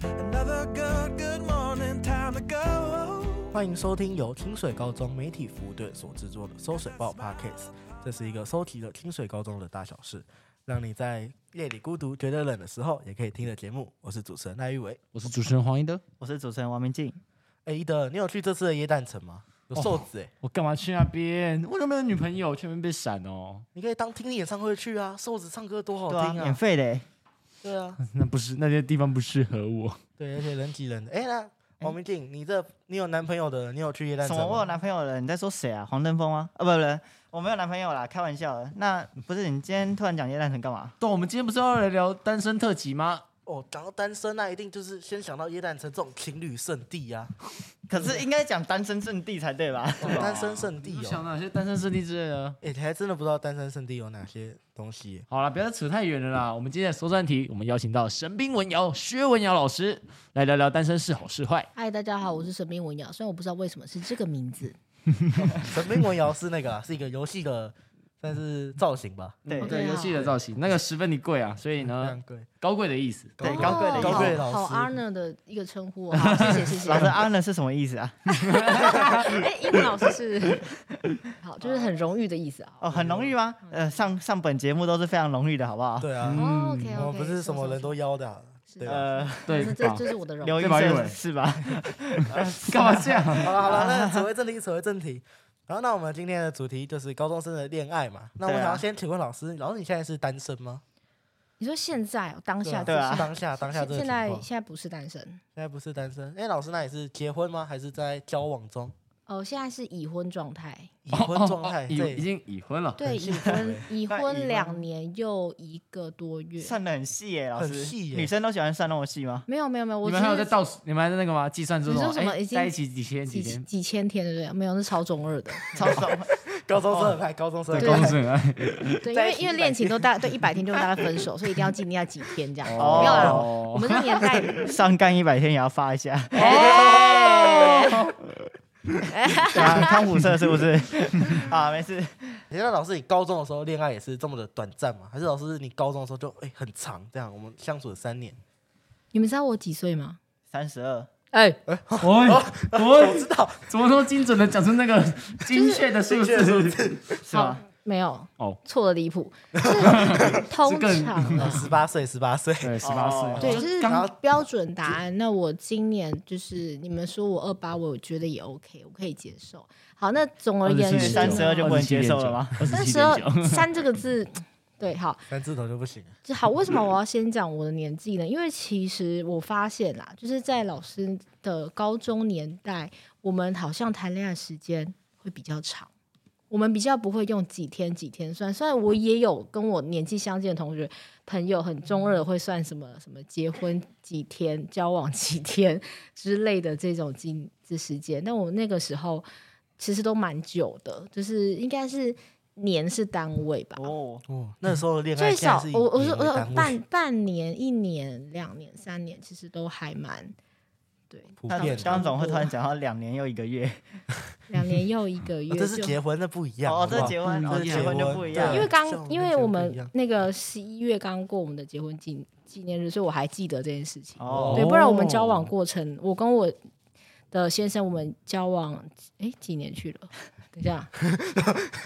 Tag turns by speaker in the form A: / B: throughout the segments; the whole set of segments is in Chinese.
A: good, good, good morning, time to go.
B: 欢迎收听由清水高中媒体服务队所制作的《搜水报 Podcast》，这是一个搜集了清水高中的大小事，让你在夜里孤独、觉得冷的时候也可以听的节目。我是主持人赖玉伟。
C: 我是主持人黄一德。
D: 我是主持人王明静。
B: 哎，一德，你有去这次的椰蛋城吗？有瘦子
D: 哦
B: 哎、
C: 我干嘛去那边？我有没有女朋友？全面被闪哦。
B: 你可以当听力演唱会去啊！瘦子唱歌多好
D: 对啊，
B: 听
D: 免
B: 啊！
D: 费的欸。
B: 对啊，
C: 那不是那些地方不适合我。
B: 对，而且人挤人的。哎，那王明静，你这你有男朋友的，你有去椰蛋
D: 什
B: 城
D: 么？我有
B: 吗？
D: 男朋友了？你在说谁啊？黄登峰吗？啊，不不不，我没有男朋友啦，开玩笑的。那不是你今天突然讲叶诞城干嘛？
C: 对，我们今天不是要来聊单身特辑吗？
B: 哦，讲到单身那、一定就是先想到椰蛋城这种情侣圣地啊，
D: 可是应该讲单身圣地才对吧？啊
B: 单身圣地
C: 你
B: 哦
C: 想。哪些单身圣地之类的？
B: 哎、你还真的不知道单身圣地有哪些东西耶、
C: 好了，不要再扯太远了啦。我们今天的搜算题，我们邀请到神兵文瑶、薛文瑶老师来聊聊单身是好是坏。
E: 嗨，大家好，我
B: 嗯
E: 是神兵文雅。虽然我不知道为什么是这个名字，
B: 神兵文瑶是那个、啊、是一个游戏的，算是造型吧，
D: 嗯对
E: 对
C: 对，啊游戏的造型，那个十分的贵哎啊，所以
B: 非
C: 呢
B: 常，贵。
C: 高贵的意思。
D: 对，
B: 高
D: 高贵的
B: 高
D: 意
B: 贵
D: 思。
B: 的老
E: 哦好
B: 师
E: 好 honor 的一个称 呼哦，好，谢谢谢谢。
D: 老师安了是什么意思啊？
E: 哎，英文老 师是好，就是很荣誉的意思啊。
D: 哦，很荣誉吗？呃，上上本节目都是非常荣誉的，好不好？
B: 对啊，
E: 哦 OK
B: 我们
E: OK，
B: 不是什么人都邀的啊、对啊吧？
D: 呃，
C: 对
E: 这
C: 吧
E: 这？是我的荣
D: 刘
E: 誉。
C: 对
D: 一
C: 吧玉
D: 胜
C: 伟
D: 是吧？
C: 干嘛这样？
B: 好了好了，那 扯回正题，扯回正题。然后，那我们今天的主题就是高中生的恋爱嘛。那我
D: 对啊
B: 想要先请问老师，老师你现在是单身吗？
E: 你说现在哦当下
B: 对
D: 啊
B: 啊，当下当下这个
E: 现现
B: 情
E: 在
B: 况，
E: 现在不是单身，
B: 现在不是单身。哎，老师，那你是结婚吗？还是在交往中？
E: 哦，现在是已婚状态。
B: 已婚状态，
C: 哦已
B: 对
C: 已经已婚了。
E: 对，已
B: 幸福
E: 婚
B: 欸
E: 已
D: 那已
E: 婚
D: 婚
E: 两年又一个多月。
D: 算的很细耶，老师。
B: 很细耶
D: 女生都喜欢算那么细吗？
E: 没有没有没有，我
C: 你
E: 只
C: 们还有在
E: 是
C: 倒数？你们还在那个吗？计算出
E: 你说
C: 什
E: 什
C: 么？
E: 么
C: 哎
E: 已经
C: 在一起几天？
E: 几
C: 几天？
E: 几千天对不对？没有，是超中二的。
D: 超爽。
B: 高中生很爱，高中生很
E: 对
B: 爱
C: 公司很爱。
E: 对，因
B: 在
E: 为
B: 一起
E: 因为
B: 100
E: 恋情 都大对一百天就大概分手，所以一定要纪念要几天这样。
D: 哦
E: 没有啦，我们这年 代
D: 上干一百天也要发一下，
E: 哎，
D: 哦对啊，康复社是不 是？啊，没事。
B: 你那老师，你高中的时候恋爱也是这么的短暂吗？还是老师你高中的时候就哎、很长这样？我们相处了三年，
E: 你们知道我几岁吗？
D: 三十二，
E: 哎，
C: 我我知道，怎么都精准的讲出那个精确的数字。
D: 是吗？
E: 没有
C: 哦，
E: 错的离 谱，是通常啦
D: 嗯
B: 十八岁，十八岁，
C: 对，十八岁啊
D: 哦。
E: 对，就是
B: 刚
E: 标准答案。那我今年就是你们说我二八，我觉得也 OK，我可以接受。好，那总而言
D: 点
C: 啊
E: 之
D: 九三十二
E: 呢，
D: 就不能接受了吗？
E: 三
C: 三
E: 十二三这个字，对，好，
B: 三字头就不行了。
E: 就好，为什么我要先讲我的年纪呢？因为其实我发现啦，就是在老师的高中年代，我们好像谈恋爱时间会比较长，我们比较不会用几天几天算。虽然我也有跟我年纪相近的同学朋友很中二的会算什么什么结婚几天、交往几天 之类的这种经这时间，但我那个时候其实都蛮久的，就是应该是年是单位吧。
D: 哦，
B: 哦，那时候的恋爱
E: 最
B: 现在
E: 少
B: 是以
E: 我我
B: 以
E: 说
B: 为
E: 我说
B: 单位
E: 半半年、一年、两年、三年，其实都还蛮对，
B: 普
D: 那
B: 遍
D: 刚
B: 的，
D: 刚总会突然讲到两年又一个月，
E: 两年又一个月
B: 哦
E: 就。
B: 这是结婚，那不一样。
D: 哦，
B: 好不
D: 这
B: 好
D: 结婚，
C: 嗯
D: 哦，结婚就不一样，
B: 对
E: 因
B: 像我
E: 为刚
B: 们
E: 因
B: 跟
E: 为
B: 结
E: 我
B: 婚不一
E: 们
B: 样
E: 那个十一月刚过我们的结婚纪纪念日，所以我还记得这件事情。
D: 哦
E: 对，不然我们交往过程，我跟我的先生，我们交往哎几年去了？等一 下，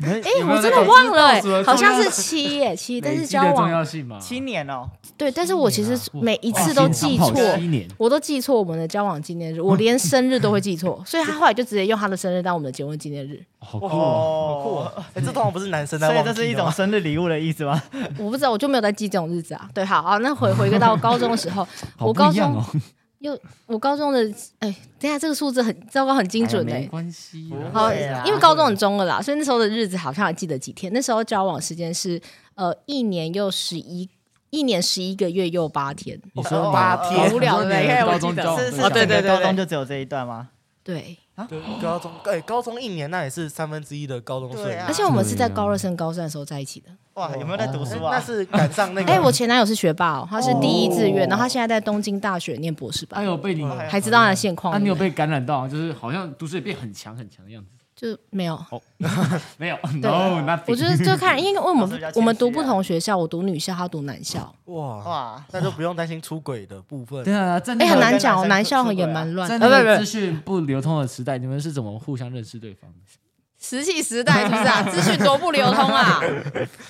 C: 哎
E: 哎，我真的忘了，
C: 有没有在倒数
E: 哎，
C: 的
E: 好像
C: 重要
E: 是七耶七，但
C: 累
E: 是
C: 积的
E: 交
C: 重
E: 往
C: 要性嘛，
D: 七年哦，
E: 对，但是我其实
C: 哇
E: 每一
C: 哇
E: 次都
C: 心
E: 记
C: 长跑
E: 错，
C: 七年，
E: 我都记错我们的交往纪念日，我连生日都会记 错，所以他后来就直接用他的生日当我们的结婚纪念 日。
C: 好酷哦！
D: 哦，
B: 哎，这通常不是 男生在
D: 所以
B: 忘
D: 这是
B: 记
D: 一
B: 的
D: 种
B: 吗，
D: 生日礼物的意思吗？
E: 我不知道，我就没有在记这种日子啊。对，好啊，那回回归到高中的时 候，
C: 好不
E: 我高
C: 一样
E: 中
C: 哦，
E: 又我高中的哎、等一下这个数字很糟糕，很精准
C: 哎呀
E: 哎、
C: 没关系啊啦。
D: 不
E: 好
D: 会啦，
E: 因为高中很中了啦，所以那时候的日子好像还记得几天。那时候交往时间是呃一年又十一，呃一年十一个月又八天。
C: 你说
B: 八
C: 你
B: 天
E: 哦好无聊欸
C: 你
E: 对不对
C: 啊说你
E: 看我
C: 高中
E: 记得
C: 交往
D: 是是
C: 多久，
D: 整个
E: 对对对
D: 高中
E: 对
D: 就只有这一段吗？
E: 对，
B: 对高中哎，高中一年那也是三分之一的高中生
D: 对啊
E: 而且我们是在高二升高三的时候在一起的。
D: 哇，有没有在读书
B: 哦那
D: 啊？
B: 是赶上那个。
E: 哎、我前男友是学霸、哦，他是第一志愿，
D: 哦
E: 然后他现在在东京大学念博士班
C: 哎。呦被你，
B: 哎
E: 还知道他的现况。
C: 那你有
E: 对不对
C: 被感染到，就是好像读书也变很强很强的样子。
E: 就没有。
C: 没有
E: 对
C: ，no nothing。
E: 我就是就看，因为我
D: 老师比
E: 们
D: 较
E: 我们
D: 谦虚啊
E: 读不同学校，我读女校，他读男校，
B: 哇，
D: 哇，
B: 那就不用担心出轨的部分
C: 对。啊，在那
E: 哎，
C: 个
E: 很难讲哦，
D: 跟
E: 男
D: 男生
E: 校
D: 出轨
E: 也
D: 啊
E: 蛮乱
C: 在
E: 的，
C: 那
E: 呃，不
C: 个
E: 是
C: 资
E: 不是，
C: 讯不流通的时代，你们是怎么互相认识对方的？
E: 石器时代是不是啊？资讯多不流通啊！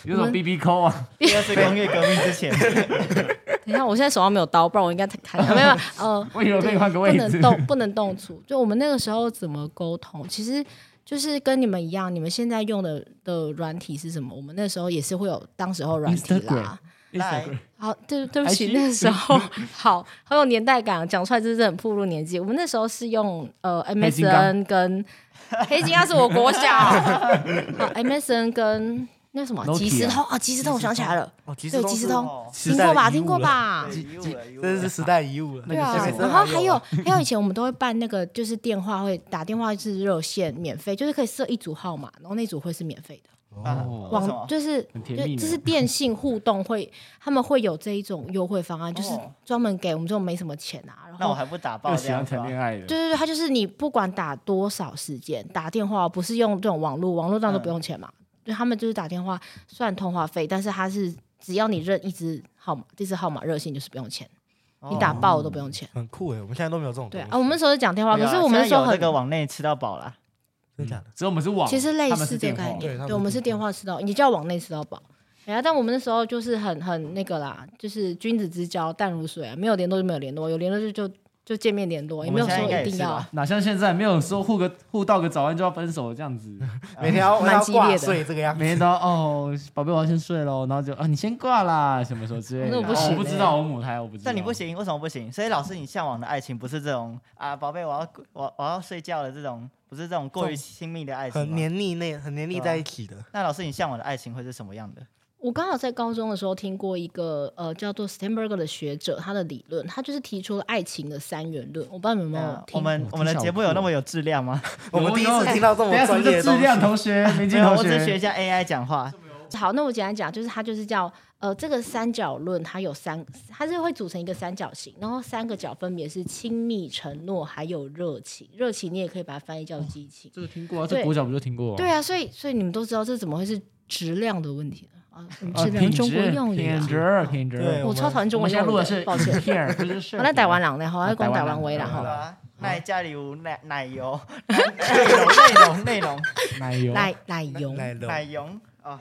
C: 有种 B B 扣啊，
D: 第二次工业革命之前，
E: 等一下，我现在手上没有刀，不然我应该砍掉。没有，没有呃，
C: 为什么可以换个
E: 不
C: 位
E: 能
C: 置？
E: 动，不能动粗。就我们那个时候怎么沟通，其实就是跟你们一样，你们现在用的的软体是什么？我们那时候也是会有当时候软体
C: Instagram
E: 啦。
D: 来，哎
E: 好，对对不起，
C: IG
E: 那个时候 好好有年代感，讲出来真是很暴露年纪。我们那时候是用呃
C: 黑金刚
E: MSN 跟黑金刚是我国小，好 MSN 跟那什么
C: Nokia
E: 即时通啊，即时通我想起来了，
B: 哦，即时
E: 对
B: 通
E: 即时
B: 是
E: 通
D: 哦
B: 时
E: 听
B: 代
E: 过吧？
B: 的遗
E: 听
B: 物
E: 过
B: 了？
E: 吧？
D: 对遗物了遗物
B: 这是
D: 了
B: 时代遗物了。
C: 那
E: 对
C: 个
E: 啊
C: 是
B: 什，么
E: 然后
B: 还
E: 还
B: 有
E: 有还有以前我们都会办那个，就是电话会打电话是热线免费，就是可以设一组号码，然后那组会是免费的。
D: 啊
B: 哦
D: 为什么
E: 网就是
C: 哦很甜蜜呢
E: 对，就是电信互动会，他们会有这一种优惠方案，就是
D: 哦
E: 专门给我们这种没什么钱啊。然
D: 那我
E: 后
D: 还不打爆
C: 又
D: 这
C: 喜欢
D: 样子
C: 谈
D: 啊
C: 恋爱的，
E: 对对对，他就是你不管打多少时间打电话，不是用这种网络，网络上
D: 嗯
E: 都不用钱嘛。对他们就是打电话算通话费，但是他是只要你认一支号码，这支号码热线就是不用钱，你
D: 哦
E: 打爆都不用钱。
B: 很酷哎，我们现在都没有这种
E: 对
B: 东
E: 啊
B: 西，
E: 啊，我们那时候是讲电话，
D: 哦
E: 可
D: 没有啊
E: 是我们那
D: 现
E: 时
D: 在
E: 候
D: 有
E: 很
D: 这个往内吃到饱啦，
B: 真假的？
C: 只有我们是网，
E: 啊其实类
C: 他们
E: 似
C: 是
E: 这
C: 电
E: 个概
C: 话
B: 对
E: 念
B: 他，们
E: 对，我们
B: 是
E: 是电话吃到，也叫往内吃到饱。哎呀，但我们那时候就是很很那个啦，就是君子之交淡如水啊，没有联络就没有联络，有联络就就就见面联络，也
C: 我
E: 没
C: 们
E: 有
D: 现在
E: 说
D: 应该
E: 一
D: 也
E: 定
D: 是
E: 要
D: 吧。
C: 哪像现在没有说互个互道个早安就要分手这样 子，
B: 嗯每
D: 啊
B: 天要
E: 蛮
B: 要
E: 激烈的
B: 挂睡这个样子
C: 每。天都要哦，宝贝我要先睡喽，然后就啊你先挂啦，什么时候之类的。
E: 那我不
C: 哦
E: 行欸
C: 我不知道我母胎，我不知道。
D: 但你不，行，为什么不行？所以老师，你向往的爱情不是这种啊，宝贝，我要我我要睡觉了这种，不是这种过于亲密的爱情
B: 很
D: 吗。
B: 黏腻那很黏腻
D: 对啊
B: 在一起的，
D: 那老师，你向往的爱情会是什么样的？
E: 我刚好在高中的时候听过一个呃叫做 Stenberger 的学者，他的理论，他就是提出了爱情的三元论，我不知道你们有没有
D: 那
E: 听
D: 我们我们的节目有那么有质量吗？
B: 我们第一
C: 有
B: 次听到这
C: 等
B: 么
C: 下什么
B: 专
C: 叫
B: 业的
C: 质
B: 东西。
C: 量同 学、明
D: 没
C: 金
D: 有，
C: 同
D: 我只学
C: 学，
D: 一下 AI 讲话。
E: 好，那我简单讲，就是它就是叫呃，这个三角论，它有三，它是会组成一个三角形，然后三个角分别是亲密、承诺还有热情。热情你也可以把它翻译
C: 哦
E: 叫激情。
C: 这个听过啊，
E: 对
C: 这国小不就听过啊？
E: 对啊，所以所以你们都知道这怎么会是质量的问题呢？啊，什么
C: 啊，
E: 质量
C: 品
E: 中国
C: 质，
E: 用语、
C: 品
E: 啊。
C: 质，品质。
B: 对
E: 我超讨厌中
C: 我
E: 国
C: 们现在
E: 用
C: 录
E: 语
C: 的 是
E: 的，抱歉。
C: 片儿，不是视
E: 我在台湾
C: 频啊
E: 人呢，好，在讲台湾话啦，
C: 好
E: 吼
C: 台湾人。
D: 啊，那家里有奶 奶油，内容内容
C: 奶油哦
E: 奶奶油，
B: 奶油
D: 奶油。哦，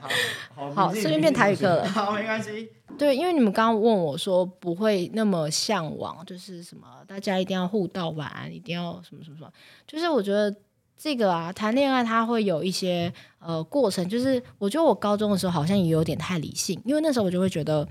D: 好，
E: 好，顺便变台语课了。
D: 好，没关系。
E: 对，因为你们刚刚问我说不会那么向往，就是什么大家一定要互道晚安，一定要什么什么什么，就是我觉得这个啊，谈恋爱它会有一些呃过程，就是我觉得我高中的时候好像也有点太理性，因为那时候我就会觉得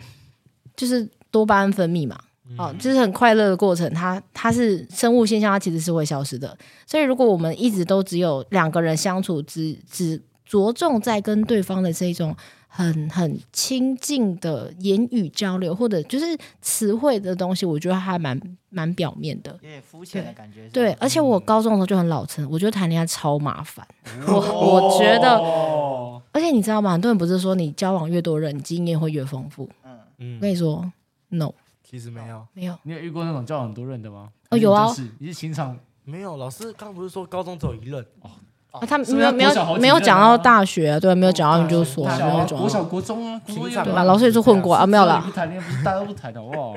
E: 就是多巴胺分泌嘛。哦，就是很快乐的过程，它它是生物现象，它其实是会消失的。所以如果我们一直都只有两个人相处，只只着重在跟对方的这一种很很亲近的言语交流，或者就是词汇的东西，我觉得还蛮蛮表面的。
D: 有点肤浅的感觉。
E: 对，而且
C: 嗯
E: 我高中的时候就很老成，我觉得谈恋爱超麻烦。我我觉得，
C: 哦，
E: 而且你知道吗？很多人不是说你交往越多人，你经验会越丰富。
D: 嗯，
E: 我
B: 嗯
E: 跟，你说，no，
B: 其实没有，
E: 没有。
C: 你有遇过那种叫很多人的吗？
E: 哦有啊
C: 你就是你是情场
B: 没有。老师刚不是说高中只有一任？
E: 啊、他
C: 哦
E: 们
C: 是不
E: 没
C: 是
E: 有
C: 要
E: 没
C: 国小好
E: 有
C: 几
E: 没有
C: 任
E: 讲
C: 啊
E: 到大学，对，没有讲到研究所，
C: 大
E: 没
C: 小啊
E: 有讲
C: 国小、
E: 到，
C: 国中啊，国中
B: 情场
E: 对吧？老师也是混过啊，没有啦
C: 不。谈恋爱不是大家都不谈的哇？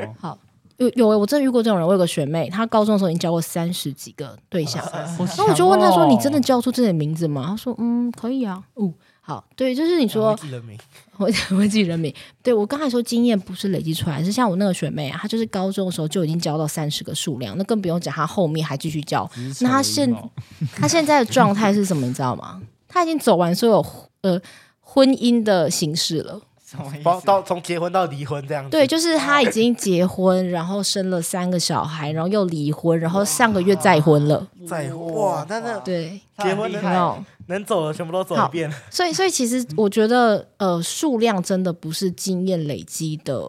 E: 有有、欸，我真的遇过这种人。我有个学妹，她高中的时候已经交过三十几个对象，
C: 然
E: 然后我就问他说：“你真的叫出自己的名字吗？”他说：“嗯，可以啊。”哦，好，对，啊就是你
B: 你
E: 说
B: 记人名？
E: 我 我自己人名，对我刚才说经验不是累积出来，是像我那个学妹啊，她就是高中的时候就已经交到三十个数量，那更不用讲她后面还继续交。
C: 嗯
E: 那他现她现在的状态是什么，你知道吗？她已经走完所有呃婚姻的形式了。
D: 什么意
B: 包
D: 思？
B: 到从结婚到离婚这样子。
E: 对，就是她已经结婚，然后生了三个小孩，然后又离婚，然后上个月再婚了。
B: 在乎哇，但是
E: 对，
D: 他很厉
E: 有
B: 结
E: 没
B: 婚
D: 害
E: 有？
B: 能走的全部都走一遍。
E: 所以，所以其实我觉得，呃，数量真的不是经验累积的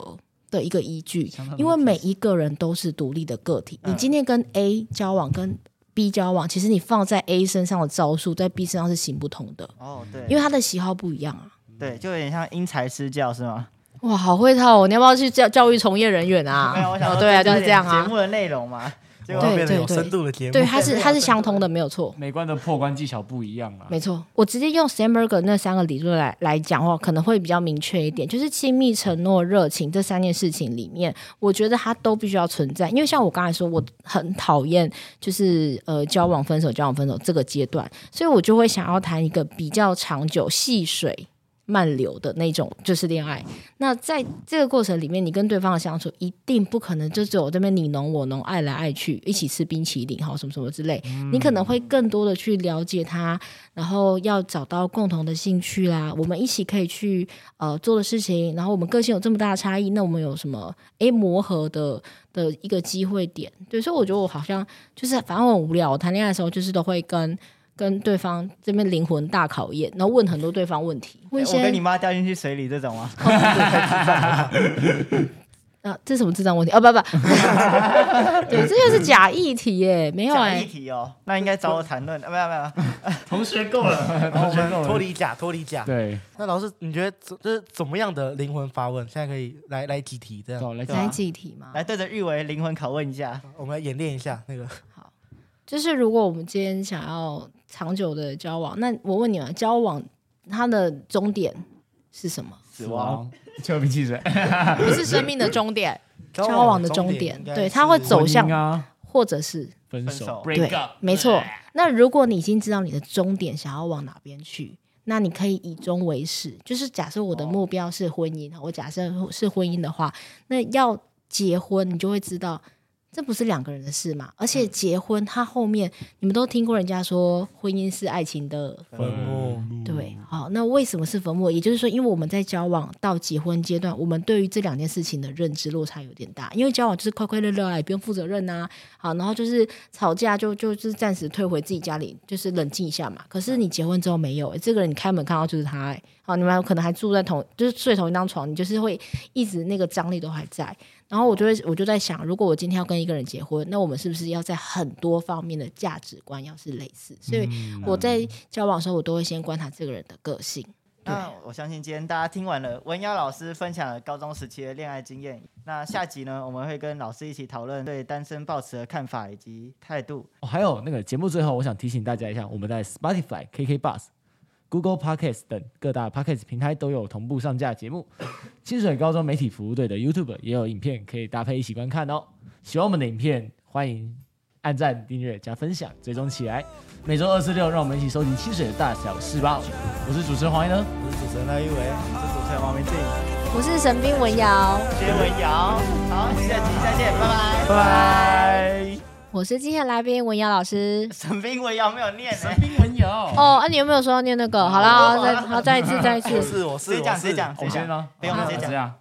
E: 的一个依据
C: 相当，的
E: 因为每一个人都是独立的个体。
D: 嗯
E: 你今天跟 A 交往，跟 B 交往，其实你放在 A 身上的招数，在 B 身上是行不通的，
D: 哦，对，
E: 因为他的喜好不一样啊。
D: 对，就有点像因材施教是 吗？
E: 哇，好会套哦！你要不要去教教育从业人员啊？
D: 哎没有，我想
E: 哦
D: 说
E: 对啊，就是是这样
D: 节
E: 啊。
D: 目的内容嘛，结
B: 我
D: 果
B: 们
E: 对
B: 变得有
E: 对
B: 深度的节目。
E: 对，它是它是相通的，没有错。
C: 每关的破关技巧不一样啊。
E: 没错，我直接用 Sandberg 那三个理论来来讲话，可能会比较明确一点。就是亲密、承诺、热情这三件事情里面，我觉得它都必须要存在。因为像我刚才说，我很讨厌就是呃交往、分手、交往、分手这个阶段，所以我就会想要谈一个比较长久、细水。慢流的那种就是恋爱。那在这个过程里面，你跟对方的相处一定不可能就只有这边你侬我侬，爱来爱去，一起吃冰淇淋，好什么什么之类。你
D: 嗯
E: 可能会更多的去了解他，然后要找到共同的兴趣啦，我们一起可以去呃做的事情，然后我们个性有这么大的差异，那我们有什么诶磨合的的一个机会点？对，所以我觉得我好像就是反正我很无聊，我谈恋爱的时候就是都会跟跟对方这边灵魂大考验，然后问很多对方问题，问一
D: 我
E: 些
D: 跟你妈掉进去水里这种啊，
E: 啊这是什么智障问题啊不不， 对，这就是假议题耶，没有
D: 假
E: 哎、
D: 议题哦，那应该找我谈论，啊没有没有，
C: 同学够了，
B: 然后
C: 同
B: 我
C: 学
B: 们
C: 够
B: 脱
C: 了。
B: 离假，脱离假。
C: 对，
B: 那老师，你觉得怎就是怎么样的灵魂发问？现在可以来来几题这样，
C: 好来
D: 对啊
E: 来几题吗？
D: 来对着玉维灵魂拷问一下，
B: 我们来演练一下那个。
E: 就是如果我们今天想要长久的交往，那我问你们，交往它的终点是 什么？
D: 死亡，
C: 喝瓶汽水，
E: 不是生命的终点，
B: 交
E: 交往的
B: 终
E: 终点
B: 应该
E: 对
B: 是
E: 它会走
C: 婚
E: 向
C: 姻啊，
E: 或者是
C: 分
D: 分
C: 手
D: 手
E: 对
C: break up，，
E: 没错。那如果你已经知道你的终点想要往哪边去，那你可以以终为始。就是假设我
C: 哦
E: 的目标是婚姻，我假设是婚姻的话，那要结婚，你就会知道。这不是两个人的事嘛？而
C: 嗯
E: 且结婚，它后面你们都听过人家说，婚姻是爱情的
B: 坟墓。
E: 对，好，那为什么是坟墓？也就是说，因为我们在交往到结婚阶段，我们对于这两件事情的认知落差有点大。因为交往就是快快乐乐啊，也不用负责任呐、好，然后就是吵架就就是暂时退回自己家里，就是冷静一下嘛。可是你结婚之后没有、欸这个人你开门看到就是他、欸，好，你们可能还住在同就是睡同一张床，你就是会一直那个张力都还在。然后我就会我就在想，如果我今天要跟一个人结婚，那我们是不是要在很多方面的价值观要是类似？所以
C: 嗯
E: 我在交往的时候，我都会先观察这个人的个性。
D: 那我相信今天大家听完了文瑶老师分享了高中时期的恋爱经验，那下集呢，我们会跟老师一起讨论对单身抱持的看法以及态度。
C: 哦，还有那个节目最后，我想提醒大家一下，我们在 Spotify、KK Bus、Google Podcast 等各大 Podcast 平台都有同步上架节目。 清水高中媒体服务队的 YouTube 也有影片可以搭配一起观看哦。喜欢我们的影片，欢迎按赞、订阅、加分享，追踪起来。每周二、四、六，让我们一起收集清水的大小事吧。我是主持人黄一呢，
B: 我是主持人赖玉维。
D: 我是主持人王明静，
E: 我是神兵文瑶，
D: 薛文瑶，好，下集再见，拜拜。
C: 拜。
E: 我是今天的来宾文瑶老师。
D: 神兵文瑶没有念呢、
C: 冰文友，
E: 哦，啊，你有哦没有说要念那个？好啦，好再好再一次，再一
B: 我
E: 次。
B: 是我是
D: 谁讲
B: 我是
D: 谁讲
C: 我先呢，
D: 不用
C: 啊
D: 直接讲
C: 这样。